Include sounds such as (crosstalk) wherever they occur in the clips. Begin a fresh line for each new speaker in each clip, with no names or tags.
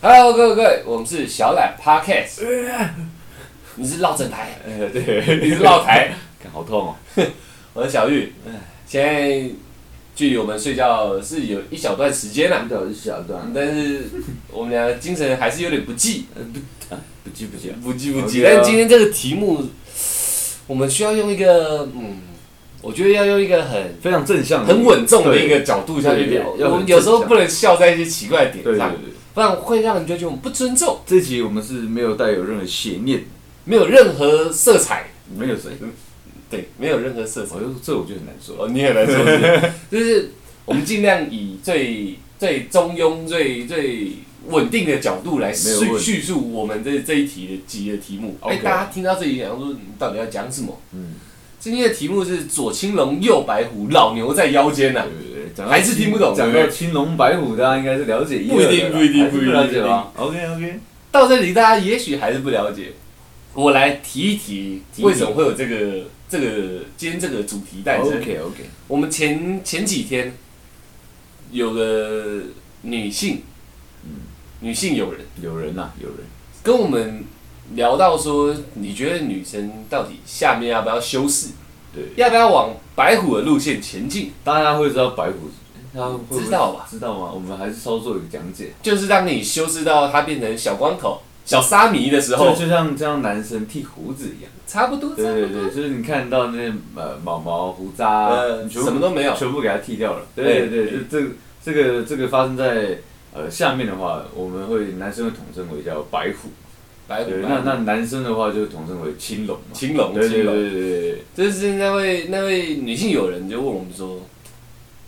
Hello，各位各位，我们是小懒 Podcast。你是绕整 (laughs)
(laughs)
台，
呃，对，
你是绕台，
看好痛哦。
我是小玉。现在距离我们睡觉是有一小段时间了，
短一小段，
但是我们俩的精神还是有点不济，
不急不急。
不济不
不
济。
济
但今天这个题目，我们需要用一个嗯，我觉得要用一个很
非常正向的，
很稳重的
对
一个角度下去聊。
对要很
我们有时候
正向
不能笑在一些奇怪的
对
点
对
上，
对，
不然会让人觉得我们不尊重，
这集我们是没有带有任何邪念，
没有任何色彩。
没有谁。
对，没哦有任何色彩
我。就这我就很难说。
哦，你也来说是不是， (laughs) 就是我们尽量以最最中庸、最最稳定的角度来
没有
叙
问题
叙述我们这这一题的集的题目。哎、
OK
大家听到这里，想说你到底要讲什么？
嗯，
今天的题目是左青龙，右白虎，老牛在腰间啊呐、
对对对，讲到
还是听不懂
讲
对
到
不对
青龙白虎，大家应该是了解一二
不一定
的啦
不一定
还是
不一定
了解吧？OK OK，
到这里，大家也许还是不了解。我来提一提，
提一提
为什么会有这个这个今天这个主题诞生
哦 OK OK，
我们前前几天有个女性，女性友人
有人呐，有人。
跟我们聊到说，你觉得女生到底下面要不要修饰，
对，
要不要往白虎的路线前进？
大家会知道白虎，大家会不会
知道吧？
知道吗？我们还是稍作有讲解。
就是当你修饰到她变成小光头、小沙弥的时
就
候，
就像就像男生剃胡子一样。
差不多，差
对
不
(laughs) 对
多， (laughs)
对，就是你看到那些呃毛毛胡渣啊，
呃，
你全
什
部
么都没有。
全部给它剃掉了。对对
对
对，这这个这个发生在呃下面的话，我们会男生会统称为叫白虎，
白虎
对，，
白
那
虎
那男生的话就统称为青龙嘛。
青龙，
对
青
对
龙。
对对对，
就是那位那位女性友人就问我们说，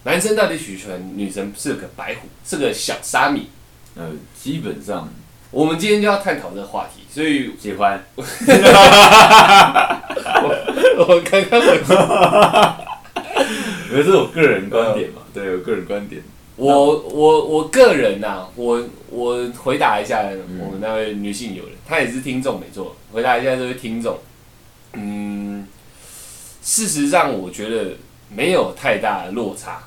男生到底喜欢女生是个白虎，是个小沙弥？
呃，基本上
我们今天就要探讨这个话题，所以
喜欢，
我刚刚
(laughs)
我
因为这是我个人观点
嗯
嘛，对，我个人观点。
我我我个人呐、啊我我回答一下
嗯
我们那位女性友人，她也是听众没错，回答一下这位听众，嗯，事实上我觉得没有太大的落差，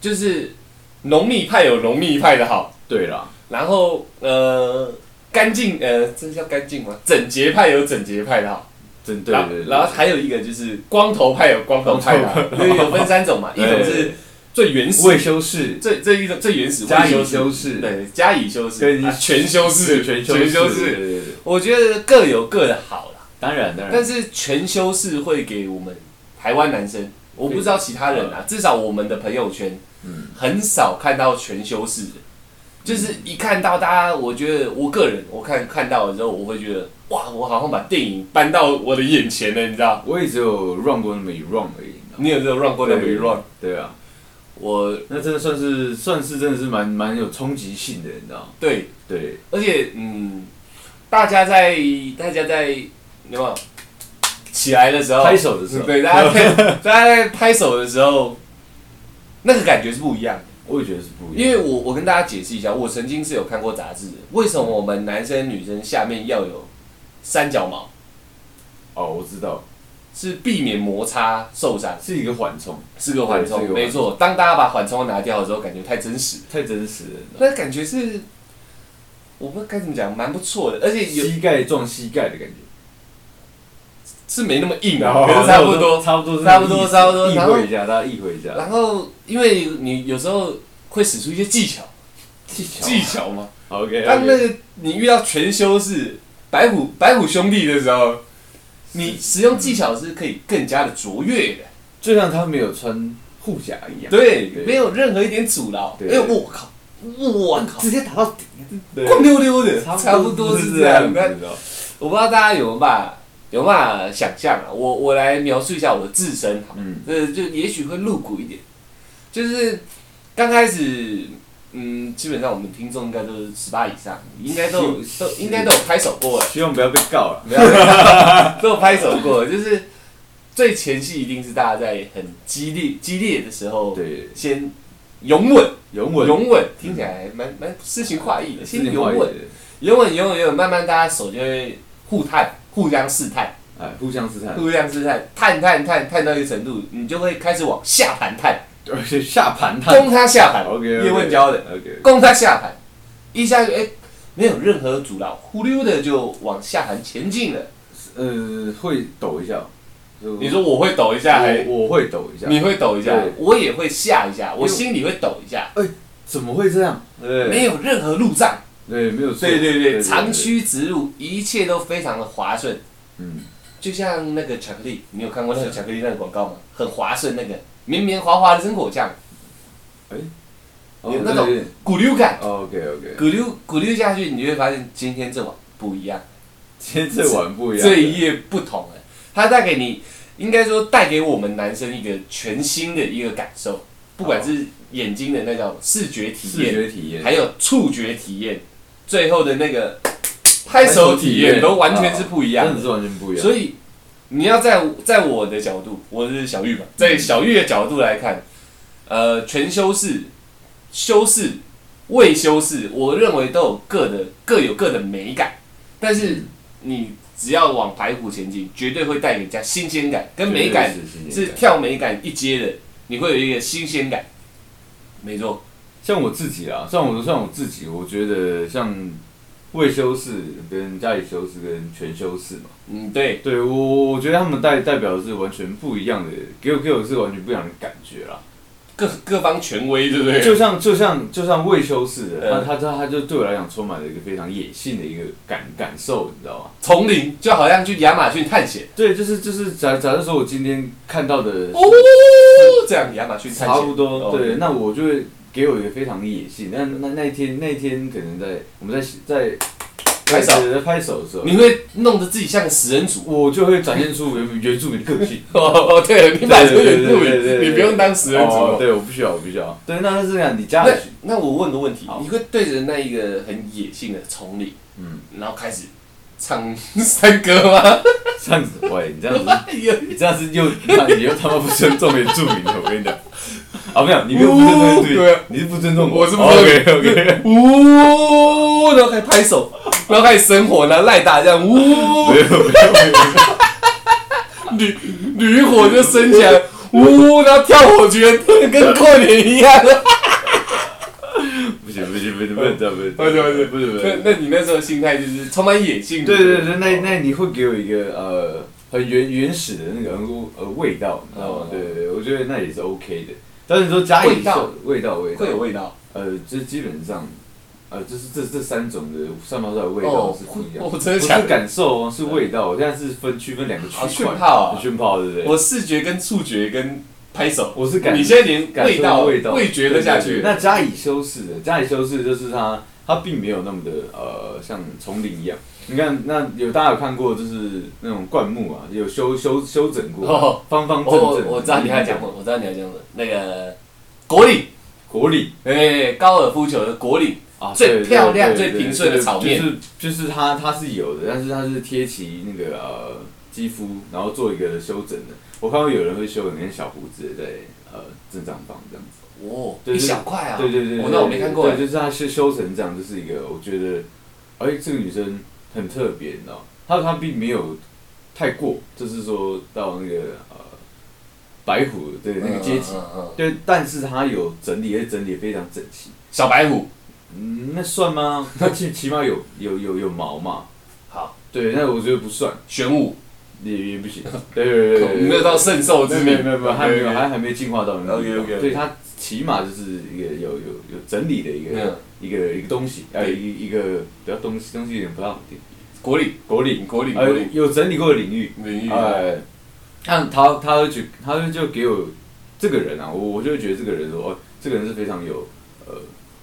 就是浓密派有浓密派的好。
对啦，
然后呃，干净呃，这叫干净吗？整洁派有整洁派的哈，
真对
然
对。
然后还有一个就是光头派有光头派的好， (laughs) 因为有分三种嘛，一
对
种是最原
(laughs)
始，
哎未修饰，
最最一种最原始
加以
未
修饰，
对，加以修饰，
跟
啊全修饰，
全修饰，对
饰，
对对对
我觉得各有各的好啦，
当然当然
但。是全修饰会给我们台湾男生。我不知道其他人啊，至少我们的朋友圈，
嗯
很少看到全修饰的，就是一看到大家，我觉得我个人我看看到的时候，我会觉得哇，我好像把电影搬到我的眼前了，你知道？
我也只有 run 过那么一 run 而已。你知道吗
你有这种 run 过的没 run？
对啊，
我
那真的算是算是真的是蛮蛮有冲击性的，你知道吗？
对，
对，
而且嗯，大家在大家在有没有起来的时候，嗯
拍手的时候，
对，大家
(laughs)
在大家在拍手的时候，那个感觉是不一样的。
我也觉得是不一
因
样。
为我我跟大家解释一下，我曾经是有看过杂志的。为什么我们男生女生下面要有三角毛，
哦，我知道，
是避免摩擦受伤，
是一个缓冲，
是个缓
对是
冲，
个缓冲
没错。当大家把缓冲拿掉的时候，感觉太真实了，
太真实了，你知道吗
那感觉是，我不知道该怎么讲，蛮不错的，而且有
膝盖撞膝盖的感觉，
是没那么硬
(laughs)
啊，
哦
可是差不 (laughs) 多。
差不多是
差不多差不多
意
然后
会一下，大家意会一下。
然后因为你有时候会使出一些技巧，
技巧啊
技巧嘛。
，OK，
当那个你遇到全修饰白虎白虎兄弟的时候，你使用技巧是可以更加的卓越的，
就像他没有穿护甲一样，
对，
对
没有任何一点阻挠。哎
对
呦，我靠，我靠，
直接打到顶，对
光溜溜的，差不
不
多是
是
这样。那
你知道吗
我不知道大家有没有办法有没有办法想象啊？我我来描述一下我的自身好了
嗯，
呃，就也许会露骨一点，就是刚开始，嗯，基本上我们听众应该都是十八以上，应该都有
是
都应该都有拍手过了。
希望不要被告了。
没有， (laughs) 没有都有拍手过，就是最前戏一定是大家在很激烈激烈的时候，
对，
先拥吻，
勇吻，
拥吻听起来蛮蛮诗情画意的，
是
先
你
拥
怀疑
吻，
的
拥吻，拥吻，拥吻，慢慢大家手就会互探，互相试探，
哎，互相试探，
互相试探，探探探探到一个程度，你就会开始往下盘探，
而且下盘探
攻他下盘，
，OK，
叶问教的，
，OK，
攻他下盘，一下就哎、没有任何阻挠，呼溜的就往下盘前进了。
呃，会抖一下。就
你说我会抖一下，还
我我会抖一下，
你会抖一下
对，
我也会吓一下，
为
我心里会抖一下，
怎么会这样？对，
没有任何路障，
对，没有错。
对对对，长，驱直入，一切都非常的滑顺，
嗯，
就像那个巧克力，你有看过那个巧克力那个广告吗？很滑顺，那个绵绵滑滑的真果酱，
哦
有那种骨溜感，
OK OK，
骨溜骨溜下去，你就会发现今天这碗不一样。
今天这碗不一样，
这一页不同了，它带给你，应该说带给我们男生一个全新的一个感受，不管是眼睛的那种视觉体
视
验，
觉体验，
还有触觉体验，最后的那个拍手体验都完全是不一样
啊真
的
的是完全不一样。
所
以
以你要在在我的角度，我是小玉嘛，在小玉的角度来看，呃，全修饰、修饰、未修饰，我认为都有各的各有各的美感，但是你只要往排骨前进，绝对会带给人家新鲜感跟美感，是
是
跳美感一阶的，你会有一个新鲜感。没错，
像我自己啊，像我像我自己，我觉得像未修饰跟家里修饰跟全修饰嘛，
嗯，对，
对我我我觉得他们代代表的是完全不一样的，给我给我是完全不一样的感觉啦。
各各方权威，对不对？
就像就像就像未修饰的，
嗯
他他他他就对我来讲充满了一个非常野性的一个感感受，你知道吗？
丛林，就好像去亚马逊探险，
对，就是就是假假设说我今天看到的
哦，这样亚马逊探险，
差不多，
哦
对，那我就会给我一个非常野性。那那那一天那一天可能在我们在在
拍手
在拍手的时候，
你会弄得自己像个食人族。 (laughs)
我就会展现出原原住民的个性。
哦，对了，你本来就原住
对对对对
民，
对
你不用当食人族
哦，
了。
对，我不需要，我不需要。对，那是这样，你家
那
里
那我问个问题
好，
你会对着那一个很野性的丛林，
嗯
然后开始唱山歌
(laughs)
吗？
(laughs) 这样子，喂，你这样子，
有
你这样子又，那你又他妈不尊重原住民了，我跟你讲。啊，没有，你没有不尊重原住
对
民
啊，
你是不尊重
我是不尊重
OK OK，
呜，然后开始拍手，然后开始生火，然后赖打这样，呜
(laughs) 没，有没有没有。
驴驴火就升起来，呜，然后跳火圈，跟过年一样。
不行不行不行，不能这样，不能
不 (laughs) 行不行
不行不
那
行。
那你那时候心态就是充满野性。
对对对，那那你会给我一个呃很原原始的那个呃味道，你知道吗
哦？
对对对，我觉得那也是 OK 的。但是说加以
味道
味道味道
会有味道。
呃，这基本上呃就是这这三种的散发出来的味道
哦
是不一，样的。
我真
不
的
是
假的？
感受哦，是味道。我现在是分区分两个区
啊
块，
熏泡啊
熏泡对不对？
我视觉跟触觉跟拍手，
我是感
你现在连
感
味
受到
道、
味道
味觉都下
对对
去
对
了。
那加以修饰的，加以修饰就是它，它并没有那么的呃，像丛林一样。你看，那有大家有看过，就是那种灌木啊，有修修修整过，
哦
方方
我
正
我
正。
我知道你要讲什么，我知道你要讲什么。那个国岭，
国礼
哎、高尔夫球的国岭，
啊，
最
对对
漂亮
对对
最平
对
顺的
对
草面
就是就是它它是有的，但是它是贴齐那个呃肌肤，然后做一个修整的。我看过有人会修整跟小胡子在呃正上方这样子。
哦，
对
一
对
小块啊。
对对对，
我
对
那我没看过
对，。就是她修修成这样，就是一个我觉得，哎、这个女生很特别，你知道，她她并没有太过，就是说到那个呃白虎的那个阶级，
嗯嗯嗯
对，但是她有整理，而且整理得非常整齐。
小白虎，
嗯，那算吗？她起起码有有有有毛嘛，
好，
对，那我觉得不算，
玄武，
也也不行，对对对对对，
没有到圣兽之
没有
名，
没有没有，还没有
OK，OK
还还没进化到那个地
OK，OK，OK
方，对她起码就是一个有有有整理的一个。
嗯，
一个一个东西，呃，一一个不要东西，东西有点不太好听。
国岭，
国领，
国岭，国
呃
岭，，
有整理过的领域，
领域，
呃，那他他会觉，他会就给我这个人啊，我我就会觉得这个人说，哦，这个人是非常有呃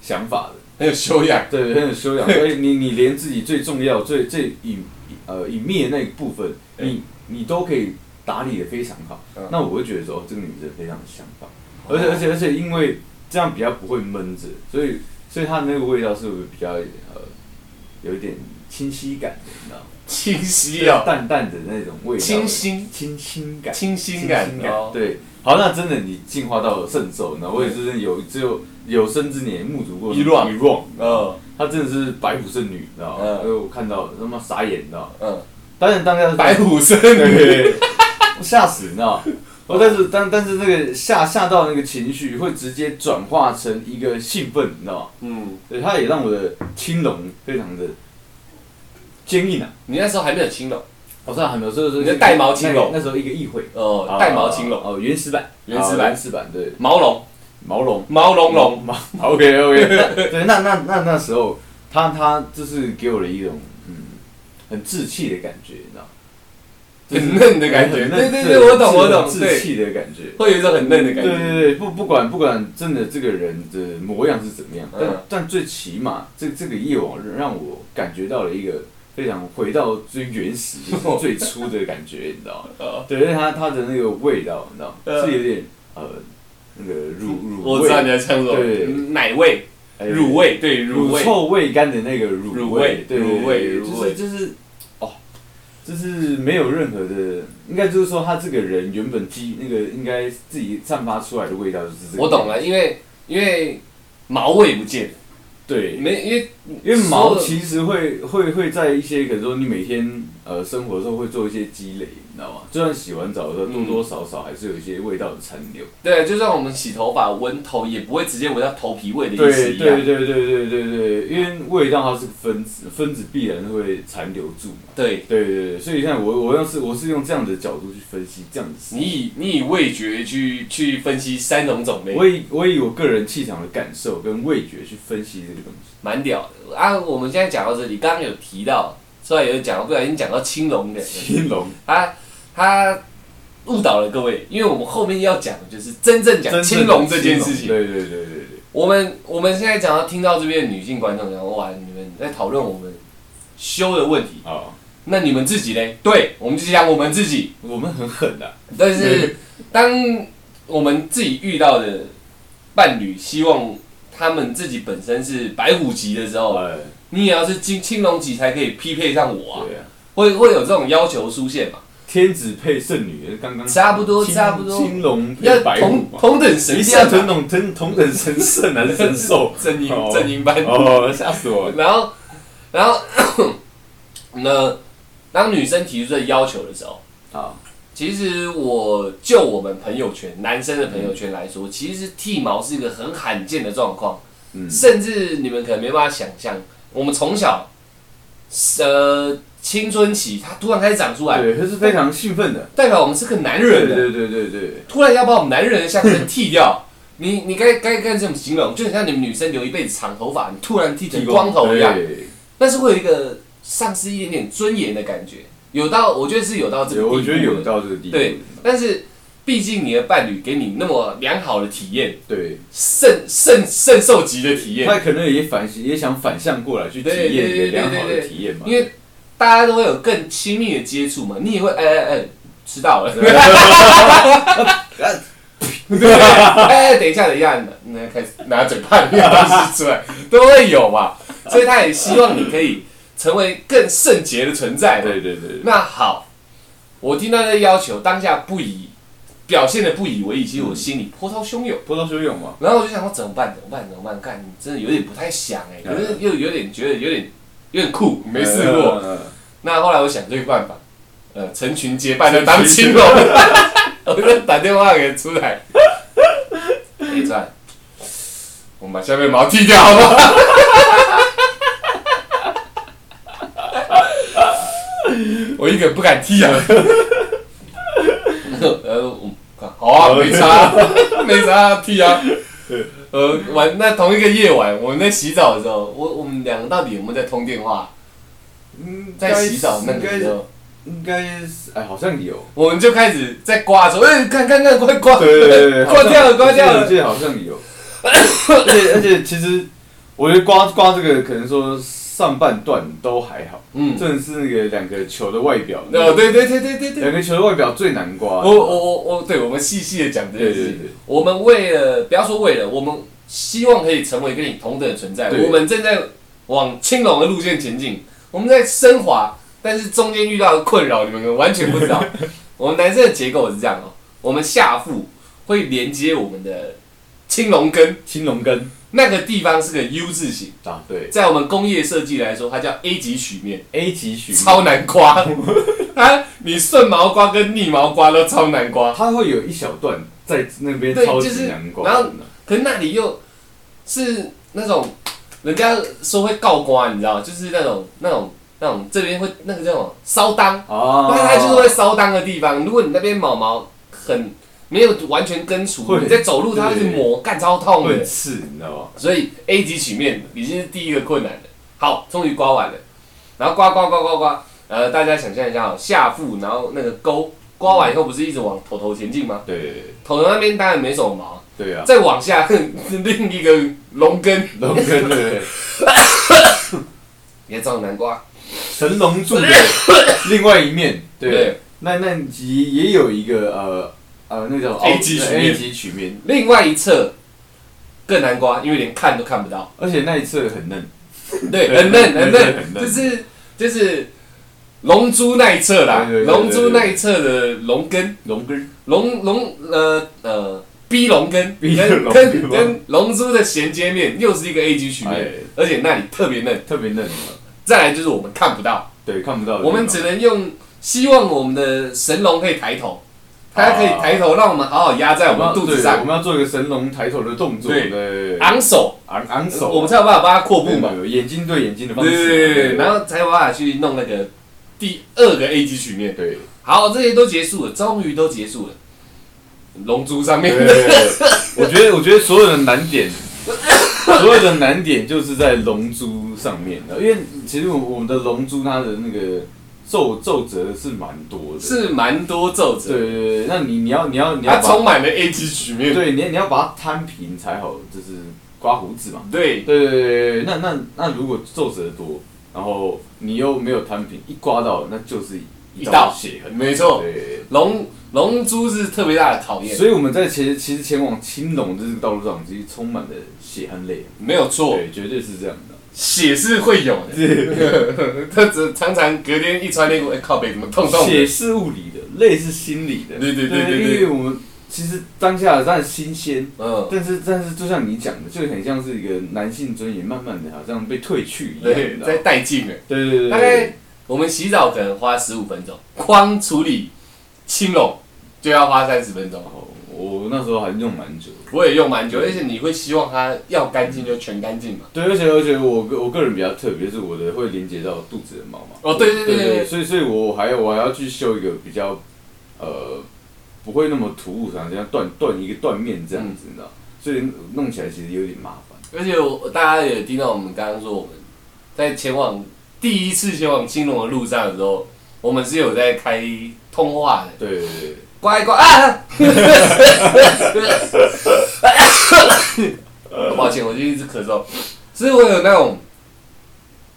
想法的，
很有修养。
对，很有修 (laughs) 养。所以你你连自己最重要、最最隐呃隐秘的那一部分，
对
你你都可以打理的非常好
嗯。
那我会觉得说，哦，这个女生非常有想法。而且而且而且因为这样比较不会闷着，所以所以它那个味道是比较呃有一点清晰感的，你知道吗？
清晰
就是
哦，
淡淡的那种味道，
清新，
清新感，
清新感
清
哦。
对。好，那真的你进化到了圣兽，那我也是有只有有生之年目睹过
一乱
一乱，
嗯
她真的是白虎圣女，你知道吗？
嗯
所以我看到他妈傻眼，你知道吗？
嗯，
当然当下
白虎生
(laughs) 对，吓死，你知道吗？哦，但是但但是那个吓吓到那个情绪会直接转化成一个兴奋，你知道吗？
嗯，
对，它也让我的青龙非常的坚硬啊。
你那时候还没有青龙，
我上很多时候是
你的带毛青龙
那个那时候一个议会，
哦，带毛青龙，
哦，原始版，
原始版
哦原始版，对，
毛龙，
毛龙，
毛龙龙，
毛，OK OK，对， (laughs) 那那那那时候他他就是给我的一种嗯很稚气的感觉，你知道吗？
嗯很嫩的感觉
很
对
嫩
对对我懂我懂
稚
对
气的感觉，
会有一种很嫩的感
对
觉。
对对，不不管不管真的这个人的模样是怎么样，但、
嗯
但最起码这这个夜晚让我感觉到了一个非常回到最原始、就是最初的感觉，你
(laughs)
知道吗？
呃，
对，因为它它的那个味道，你知道吗？
嗯
是有点呃那个乳乳
我
味
知道你在唱什么
对，
奶味、
哎
乳味，对乳
乳
味，
臭未干的那个乳
乳味
味，对
乳味
对对
乳味
就是就是哦，就是没有任何的，应该就是说他这个人原本基那个应该自己散发出来的味道就是这个。
我懂。了，因为因为毛味不见了，
对，
没因为
因为
嗯所有
毛
的
其实会会会在一些，可能说你每天呃生活的时候会做一些积累，你知道吗？就算洗完澡的时候，
嗯
多多少少还是有一些味道的残留。
对，就算我们洗头发闻头，也不会直接闻到头皮味的意思
对
一
对
样。
对对对对对，因为味道它是个分子，分子必然会残留住嘛。
对，
对对对，所以像我我要是我是用这样的角度去分析这样的事
你以你以味觉去去分析三种种类，
我以我以我个人气场的感受跟味觉去分析这个东西。
蛮屌的啊！我们现在讲到这里，刚刚有提到，虽然有讲到不小心讲到 (laughs) 青
(laughs)
龙的，
青龙
他他误导了各位，因为我们后面要讲的就是真正讲
真正的
青龙这件事
青
情。
龙对对对对对，
我们我们现在讲到听到这边的女性观众讲，哇，你们在讨论我们修的问题，
啊，
那你们自己嘞？对，我们就讲我们自己，
我们很狠的、
但是当我们自己遇到的伴侣，希望他们自己本身是白虎级的时候，啊
哎，
你也要是青青龙级才可以匹配上我啊，
对啊，
会会有这种要求出现嘛？
天子配圣女，刚刚
差不多
青
差不多
青龙
要
配白
同
虎嘛，
同等神
一
圣
下
啊？
同，等同同等神圣还是神兽
(laughs) 正音
哦
正音班，
哦，吓死我了！
然后然后 (coughs) 那当女生提出这要求的时候，
啊，
其实我就我们朋友圈男生的朋友圈来说，其实剃毛是一个很罕见的状况。
嗯，
甚至你们可能没办法想象，我们从小，呃，青春期，它突然开始长出来，
对，他是非常兴奋的，
代表我们是个男
对
人的，
对对对对，
突然要把我们男人的下半身剃掉， (coughs) 你你该该该怎么形容？就很像你们女生留一辈子长头发，你突然剃成光头一样，
对
但是会有一个丧失一点点尊严的感觉，有到我觉得是有到这个地
有
步的，
我觉得有到这个地步，
对，但是毕竟你的伴侣给你那么良好的体验，
对，
圣圣圣兽级的体验，
他可能也反也想反向过来去体
对
验
对
一个
对
良好
对
的
对
体验嘛，
因为大家都会有更亲密的接触嘛，你也会哎哎哎，迟到了，啊对，哎哎，等一下等一下，那开始拿嘴巴里面的东西出来，都会有嘛，所以他也希望你可以成为更圣洁的存在嘛。
对对对，对
那好，我听到这要求，当下不以表现的不以为意，其实我心里波涛汹涌。
波涛汹涌嘛，
然后我就想说怎么办？怎么办？怎么办？看，真的有点不太想哎、可是又有点觉得有点有点酷，没试过。
嗯，
那后来我想这个办法，呃，成群结伴的当青龙， (laughs) 我就打电话给出 (laughs) 来，没在，我们把下面毛剃掉好不 (laughs) 好？我一个不敢剃啊， (laughs) 呃，我好啊，没差啊，没差啊，剃啊。呃，晚那同一个夜晚，我们在洗澡的时候，我我们两个到底有没有在通电话？
嗯
在洗澡那个时
应
候，
该应该是哎，好像
(laughs)
有，
我们就开始在刮说，哎、看看看，快刮，
对对对
(laughs)
对，
刮掉了，刮掉
我
了。
记得好像
(coughs)
有，而且而且其实我觉得刮刮这个可能说上半段都还好，
嗯，
真的是那个两个球的外表，
哦，对对对对对对，
两个球的外表最难刮，
我我我我，对我们细细的讲这件事
对对
情
对，
我们为了不要说为了，我们希望可以成为跟你同等的存在，
对
我们正在往青龙的路线前进，我们在升华，但是中间遇到的困扰你们可能完全不知
(laughs)
道。我们男生的结构是这样哦，我们下腹会连接我们的青龙根，
青龙根
那个地方是个 U 字形。
啊，对
在我们工业设计来说，它叫 A 级曲面，
，A 级曲面
超难刮。 (laughs) 他你顺毛瓜跟逆毛瓜都超难刮，
它啊会有一小段在那边
对
超
就
级
是
难刮
然后
的，
可是那里又是那种人家说会告瓜，你知道吗？就是那种那种那种这边会那个叫什么烧裆，
啊，
那它就是会烧裆的地方。如果你那边毛毛很没有完全根除，
会
你在走路它会是磨，干超痛
会
的。
刺，你知道吗？
所以 A 级曲面已经是第一个困难了。好，终于刮完了，然后刮刮刮刮刮，呃，大家想象一下哦，下腹然后那个沟刮完以后不是一直往头头前进吗？
对
头头那边当然没什么毛，
对啊，
再往下 (laughs) 另一个龙根
龙根的
也照难刮，
神龙柱的另外一面，对，
对，
那那集也有一个呃呃，那叫
A 级曲面
A 级曲面，
另外一侧更难刮，因为连看都看不到，
而且那一侧很嫩，
对，
(laughs) 对
很嫩
对
很
对
嫩，
很
就
嫩
是就是龙珠那一侧啦，
对对对对
龙珠那一侧的龙根。
龙根
龙龙呃呃逼龙跟
B
跟
(laughs) 龙
跟
跟
跟龙珠的衔接面又是一个 A 级曲面，
哎
而且那里特别嫩。
特别嫩，
再来就是我们看不到，
对，看不到的地
我
方，
们只能用希望我们的神龙可以抬头，它可以
啊
抬头，让我们好好压在我
我
们
们要
肚子
对我
上，
们要做一个神龙抬头的动作，
对
哦对，昂
昂首，
昂昂首，
我们才有办法帮它扩步嘛。
对眼睛对眼睛的方
对
式，
对对对，然后才有办法去弄那个第二个 A 级曲面。
对。
好，这些都结束了，终于都结束了。龙珠上面的，
对，我觉得，我觉得所有的难点，所有的难点就是在龙珠上面的，因为其实我我们的龙珠它的那个皱皱褶是蛮多
(laughs)
的，，
是蛮多皱褶
对，对对，那你你要你要你要
它
把
充满了 A 级曲面。
对，你你要把它摊平才好，就是刮胡子嘛，
对，
对对对对，对那那那如果皱褶多，然后你又没有摊平，一刮到那就是
一道哦
血痕，
没错，
对。
龙龙珠是特别大的考验，
所以我们在前其实前往青龙这个道路上，其实充满了血和泪。
没有错，
对，绝对是这样的。
血是会有的。 (laughs) 他只常常隔天一穿内裤，哎、靠北怎么痛痛
血
的？
是物理的，泪是心理的。
对对对对对
因为我们其实当下当然新鲜，
嗯，
但是但是就像你讲的，就很像是一个男性尊严慢慢的好像被褪去一样。
对，
你知道吗
在带劲了。
对对对
大
对
概我们洗澡可能花十五分钟，光处理青龙就要花三十分钟。
哦我那时候还用蛮久的。
我也用蛮久，而且你会希望它要干净就全干净嘛。
对，而且而且我个我个人比较特别，是我的会连接到肚子的毛嘛。
哦，对对对
对对，
对，
所以所以我还我还要去修一个比较，呃，不会那么突兀，像这样断断一个断面这样子，你知道，所以弄起来其实有点麻烦。
而且我大家也听到我们刚刚说，我们在前往第一次前往青龙的路上的时候，我们是有在开通话的，
对对对，
乖乖啊！抱歉，我就一直咳嗽，所以我有那种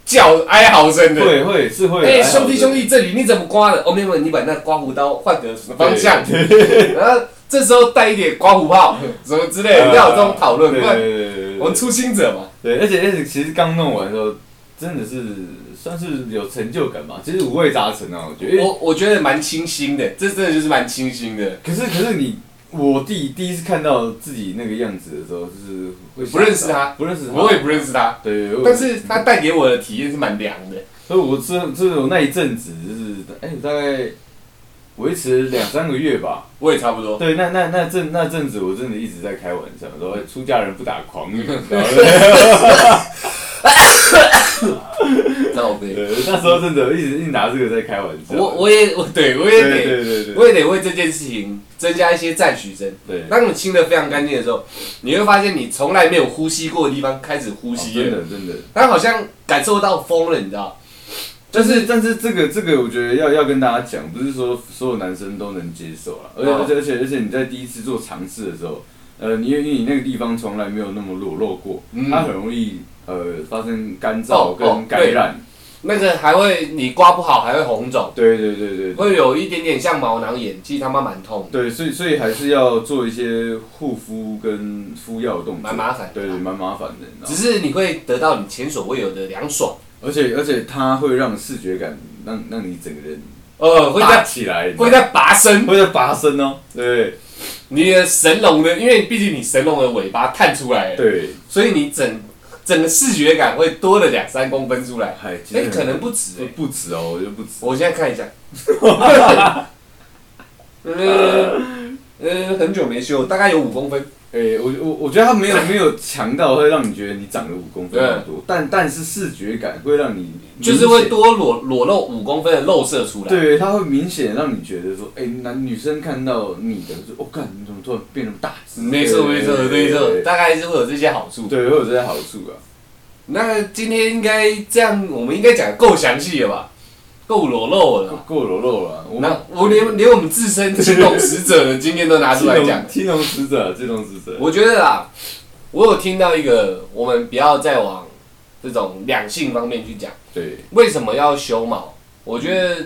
叫哀嚎声的。
会会是会。
哎、
还好
兄弟兄，弟，这里你怎么刮的？哦，没有，没有你把那刮胡刀换个方向， (laughs) 然后啊这时候带一点刮胡泡什么之类
对
的，要有这种讨论。
啊对
不
对
然
对对对对，
我们初心者嘛，
对，而且而且其实刚弄完的时候，真的是算是有成就感吧，其实五味杂陈啊，我觉得。因为
我我觉得蛮清新的，这真的就是蛮清新的，
可是可是你。我弟第一次看到自己那个样子的时候，就是会想
不认识他
不认识他，
我也不认识他，
对，我
但是他带给我的体验是蛮凉的。
所以我这这种那一阵子就是，哎、大概维持两三个月吧。
我也差不 (laughs) 多，
对，那那那阵那阵子，我真的一直在开玩笑，说哎出家人不打诳语，你
嗯
知道吗
那我可以，
对，那时候真的一直一直拿这个在开玩笑。
我我也我对我也
对
得
对对对
我也得为这件事情增加一些赞许声。
对，哦
当你清的非常干净的时候，你会发现你从来没有呼吸过的地方开始呼吸
哦真
了，
的真的，
他好像感受到风了，你知道？
但是但是这个这个我觉得要要跟大家讲，不是说所有男生都能接受啊，而且
哦
而且而且而且你在第一次做尝试的时候，呃，你因为你那个地方从来没有那么裸露过，
嗯
它很容易呃发生干
哦
燥
哦
跟感染。
那个还会你刮不好还会红肿，
对对对对对
会有一点点像毛囊炎，其实他妈蛮痛的，
对，所以所以还是要做一些护肤跟敷药的动作，
蛮麻烦的
对，蛮麻烦的。然后
只是你会得到你前所未有的凉爽，
而且而且它会让视觉感，让让你整个人
呃，会
大
在
起来，
会在拔升
会在拔升哦。对
你的神龙的，因为毕竟你神龙的尾巴探出来了，
对
所以你整整个视觉感会多了两三公分出来。
嗨，其
哎、
实
可能
不
不止、欸，
不止哦，我觉得不止。
我现在看一
(laughs)
下。呃呃，很久没修，大概有五公分。
哎、我我我觉得他
(laughs)
没有没有强到会让你觉得你长了五公分很多，但但是视觉感会让你
就是会
明显
多裸裸露五公分的肉色出来。，
对，它会明显让你觉得说，哎、男女生看到你的，就我干，你怎么突然变那么大只？
没错没错没错，
对
大概是会有这些好处。
对，会有这些好处啊。
那今天应该这样，我们应该讲得够详细了吧？够裸露了啦。
够裸露了，我
那我连连我们自身青龙使者的经验都拿出来 (laughs) 讲，
青龙使者，青龙使者，
我觉得啦，我有听到一个，我们不要再往这种两性方面去讲，
对，
为什么要修毛？我觉得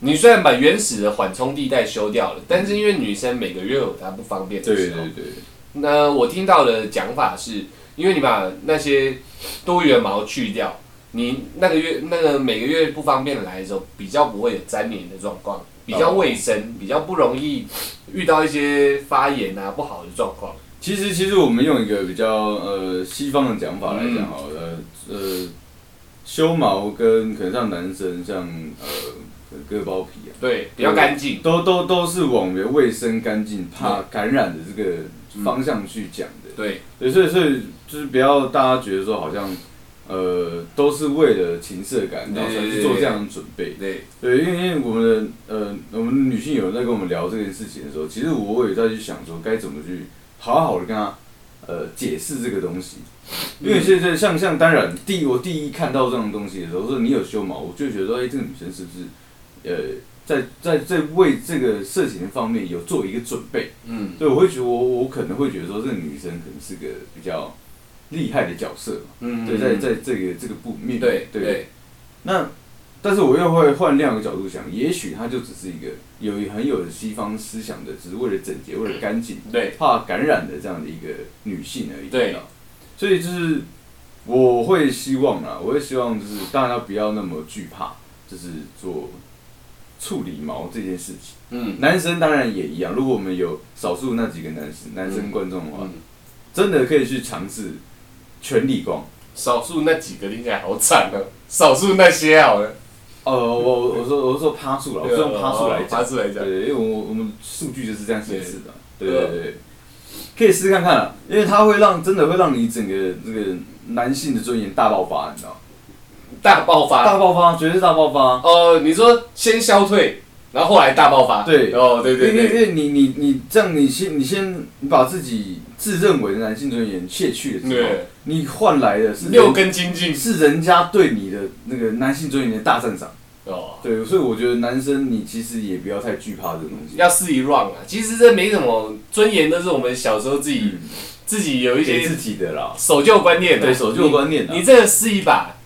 你虽然把原始的缓冲地带修掉了，但是因为女生每个月有她不方便的
对
时候
对，对，
那我听到的讲法是，因为你把那些多余的毛去掉，你那个月那个每个月不方便来的时候，比较不会有粘连的状况，比较卫生，比较不容易遇到一些发炎啊不好的状况。
其实其实我们用一个比较呃西方的讲法来讲好了，呃呃，修毛跟可能像男生像呃割包皮啊，
对，比较干净。
都都都是往为卫生干净、怕感染的这个方向去讲的。
对，
对，所以所以就是不要大家觉得说好像呃都是为了情色感，然后才去做这样的准备。
对，
对，因为因为我们的呃我们女性友人在跟我们聊这件事情的时候，其实我也在去想说该怎么去好好的跟她呃解释这个东西。因为现在像像当然第一我第一看到这种东西的时候，说你有修毛，我就觉得说，哎、这个女生是不是呃在在在为这个色情方面有做一个准备？
嗯，
对，我会觉得我我可能会觉得说，这个女生可能是个比较厉害的角色嘛，
嗯
对，在在这个这个部面，
对
对。
对，
那但是我又会换另一个角度想，也许她就只是一个有很有西方思想的，只是为了整洁、为了干净、
对，
怕感染的这样的一个女性而已。
对，
所以就是我会希望啊，我会希望就是大家不要那么惧怕，就是做处理毛这件事情。
嗯
男生当然也一样，如果我们有少数那几个男生男生观众的话，
嗯，
真的可以去尝试全理光。
少数那几个听起来好惨哦，少数那些好了，
哦，我我我说我说趴数了，我
啊
是用趴数来讲
爬，树来
对，
讲，
因为我我们数据就是这样显示的，对对对对，可以试试看看啊，因为它会让真的会让你整个这个男性的尊严大爆发，你知道吗？
大爆发，
大爆发，绝对是大爆发。
哦，你说先消退，然后后来大爆发。
对
哦，对对
因为因
对，
为你你你这样，你先你先你把自己自认为的男性尊严卸去了之后，
对，
你换来的是
六根清净。
是人家对你的那个男性尊严的大赞赏。
哦，
对，所以我觉得男生你其实也不要太惧怕这个东西。
要试一 round 啊，其实这没什么尊严，都是我们小时候自己、
嗯，
自己有一
给
些
自己的啦，
守旧观念、啊。
对守旧观念啊
你，你这个试一把，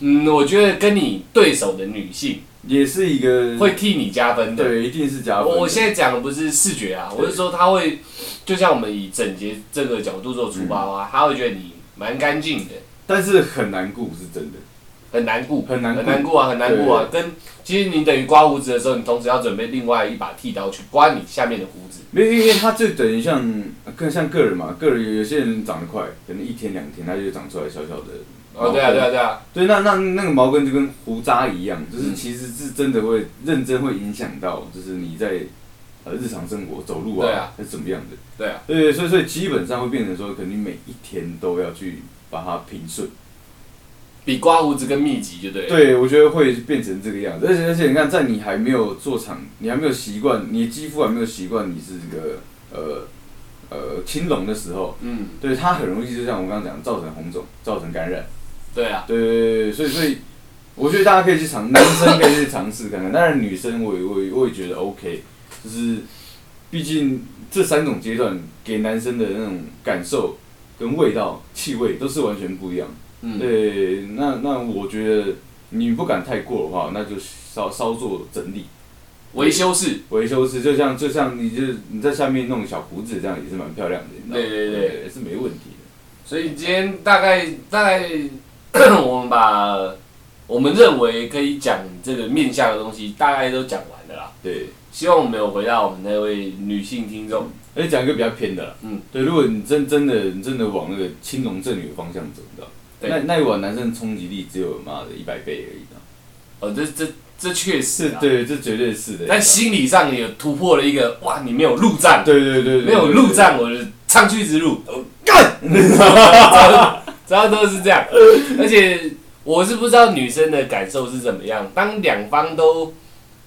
嗯，我觉得跟你对手的女性
也是一个
会替你加分的。
嗯对，一定是加分的。
我我现在讲的不是视觉啊，
对
我是说他会，就像我们以整洁这个角度做出发的
嗯
话，他会觉得你蛮干净的，
但是很难顾是真的，
很难顾，
很难顾
很难过啊，很难过啊。跟其实你等于刮胡子的时候，你同时要准备另外一把剃刀去刮你下面的胡子。
没有，因为他就等于像更像个人嘛，个人有有些人长得快，可能一天两天他就长出来小小的。
哦，对啊，对啊，。对啊，
对，那那那个毛根就跟胡渣一样，就是
嗯
其实是真的会认真会影响到，就是你在呃日常生活走路
对
啊
啊，
还是怎么样的。
对啊，
对，所以所以基本上会变成说，可能你每一天都要去把它平顺。
比刮胡子更密集，就对了。
对，我觉得会变成这个样子。而且而且你看，在你还没有做场，你还没有习惯，你肌肤还没有习惯你是这个呃呃青龙的时候，
嗯，
对它很容易就像我刚刚讲，造成红肿，造成感染。
对啊，
对对对，所以所以我觉得大家可以去尝，男生可以去尝试看看，当然女生我也我也我也觉得 OK，就是毕竟这三种阶段给男生的那种感受跟味道、气味都是完全不一样。
嗯，
对，那那我觉得你不敢太过的话，那就稍稍做整理。
维修室，
维修师就像就像你就是你在下面弄小胡子，这样也是蛮漂亮的，你知道吗
对对对
对，是没问题的。
所以今天大概大 (coughs) 概我们把我们认为可以讲这个面向的东西，大概都讲完了啦。
对，
希望我们有回答我们那位女性听众。
而且讲一个比较偏的啦，
嗯，
对，如果你真真的你真的往那个青龙正女的方向走，你知道吗，
对
那那一碗男生的冲击力只有妈的一百倍而已啊
哦，这这这确实、
是
啊，
对，这绝对是的。
但心理上你有突破了一个，哇，你没有路障，
对对对对，
没有路
在。
障，我就上去之路，我 (laughs) 干，主要都是这样，而且我是不知道女生的感受是怎么样。当两方都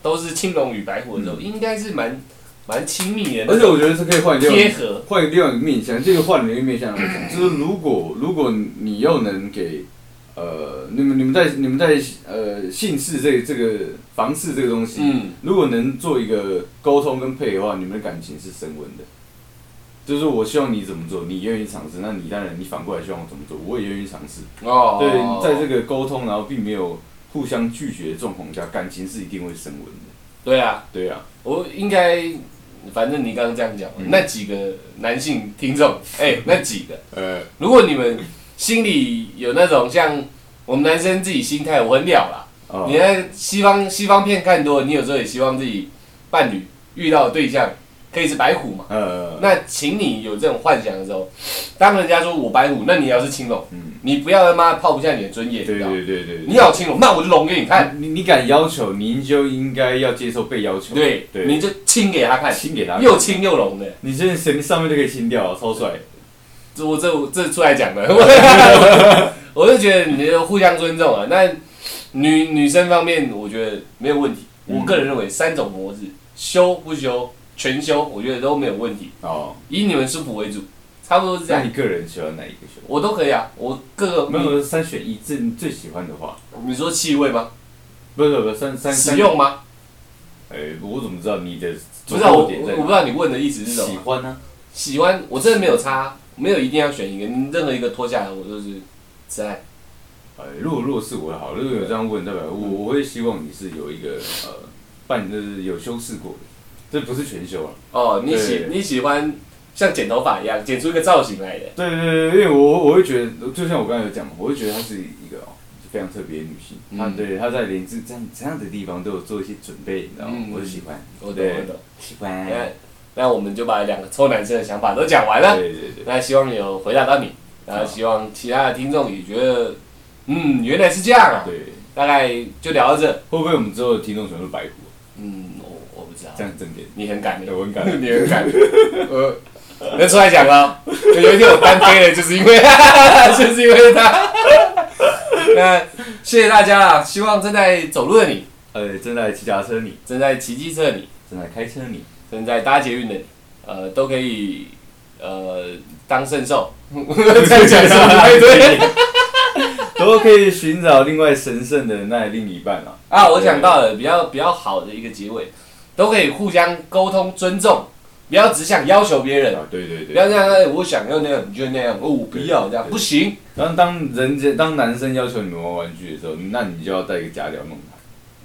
都是青龙与白虎的时候，应该是蛮蛮亲密的，
嗯而且我觉得是可以换另
贴
外
合，
换另外一个面向，这个换另一个面向来讲，就是如果如果你又能给呃你们你们在你们在呃姓氏这这个房事这个东西，
嗯，
如果能做一个沟通跟配合的话，你们的感情是升温的。就是我希望你怎么做，你愿意尝试，那你当然你反过来希望我怎么做，我也愿意尝试。
哦，
对，在这个沟通然后并没有互相拒绝的状况下，感情是一定会升温的。
对啊，
对啊，
我应该。反正你刚刚这样讲，
嗯
那几个男性听众， (laughs) 哎、那几个，
呃，
如果你们心里有那种像我们男生自己心态，我很了啦，
哦
你在西方西方片看多，你有时候也希望自己伴侣遇到的对象可以是白虎嘛？
呃，
那请你有这种幻想的时候， (sniffs) 当人家说我白虎，那你要是青龙，
嗯
你不要他妈抛不下你的尊严，
对
你知道吗
对对对，
你要青龙，那我就龙给你看，
你你敢要求，您就应该要接受被要求。
对，
对，
你就亲给他看，
亲给他，
又亲又龙的，
你现在神上面都可以亲掉，超帅。
这我这我这出来讲的， (laughs) 我就觉得你就互相尊重啊。那女女生方面，我觉得没有问题。
嗯
我个人认为三种模式，休不休，全休，我觉得都没有问题。
哦，
以你们舒服为主，差不多是这
那
样。
你个人喜欢哪一个球？
我都可以啊，我各个
没有三选一，这你最喜欢的话，
你说气味吗？
不是不是三三
使。用吗？
三哎，我怎么知道你的
不知道我我
着重点在
我不知道你问的意思是什
喜
么。
欢啊呢？
喜欢我真的没有差，没有一定要选一个，你任何一个脱下来我都是真爱。
哎，如果如果是我好，如果有这样问，代表我我会希望你是有一个呃，伴就是有修饰过的，这不是全修啊。
哦，你喜
对
你喜欢像剪头发一样剪出一个造型来的。
对对对，因为我我会觉得，就像我刚才有讲嘛，我会觉得她是一个哦非常特别的女性，
嗯
她对她在连这这样这样的地方都有做一些准备，你知道吗？
嗯
我就喜欢，
我懂，
对哎
我懂。
喜欢，啊
那那我们就把两个臭男生的想法都讲完了。
对对对，
那希望有回答到你，然后希望其他的听众也觉得，嗯，原来是这样啊。
对，
大概就聊到这。
会不会我们之后的听众全都是白狐？
嗯，我我不知道
这，样正点，
你很敢
对
聊，
我很感
(laughs) 你很敢。呃，能出来讲了。有一天我单飞了，就是因为， (laughs) 就是因为他。 (laughs) 那谢谢大家啊！希望正在走路的你，
呃，正在骑脚踏车的你，
正在骑机车的你，
正在开车的 (laughs) 你，
正在搭捷运的你，呃，都可以呃当圣兽，这样讲是不太对
都可以寻找另外神圣的那另一半啊。
啊。我想到了比较比较好的一个结尾，都可以互相沟通、尊重，不要只想要求别人，
啊，对对
不
对，
要这样，哎我想要那样，你就那样，哦，我不要这样，
对
不行。
当当人家当男生要求你们玩玩具的时候，那你就要带一个假屌弄他。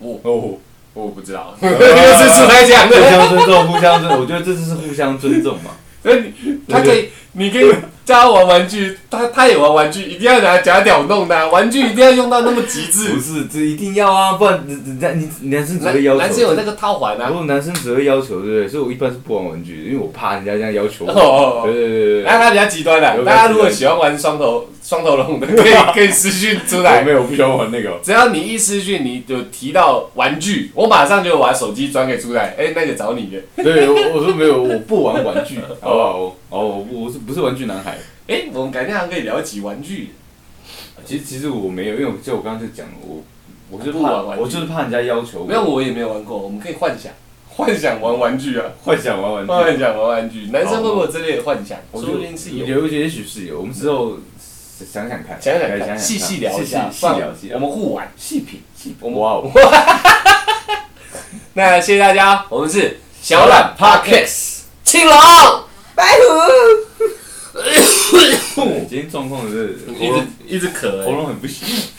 我
哦，
我不知道，这 (laughs) 是出来讲
(laughs) 互
的。
相尊重，互相尊，我觉得这就是互相尊重嘛。
所以你他可以，你可以教他玩玩具，他他也玩玩具，一定要拿假屌弄他，玩具一定要用到那么极
不
致。
是，这一定要啊，不然你你你你男生只会要
(laughs) 男
求。
男生有那个套环啊
如，果男生只会要求，对不对？所以我一般是不玩玩具的，因为我怕人家这样要求我。
(laughs) 哦
对对对对
那
对。
他比较极端啦，
有比较极端
大家如果喜欢玩双头双头龙的，可以 (laughs) 可以私讯出
我
来。
没有，我不喜欢玩那个。
只要你一私讯，你就提到玩具，我马上就把手机转给出来。哎、那个找你的。
对，我我说没有，我不玩玩具，好不好？我哦，我不我是不是玩具男孩？
哎、我们改天还可以聊起玩具。
其实其实我没有，因为我就我刚刚就讲了，我我就是
不
怕
玩玩具
我就是怕人家要求我，
没有，我也没有玩过，我们可以幻想，幻想玩玩具啊，
幻想玩玩
(laughs)
具。
幻想玩玩具。男生会不会有这类的幻想？说
我
不定是有。
有，也许是有。我们之后想想看，
想想
来
看，细细聊一下，
细
不然
聊细
我
聊。
们互玩。
细品，细品
我们
哇哦，
那谢谢大家，我们是小懒 Podcast 青龙白虎，
今天状况是
一直一直咳、欸
喉咙很不行。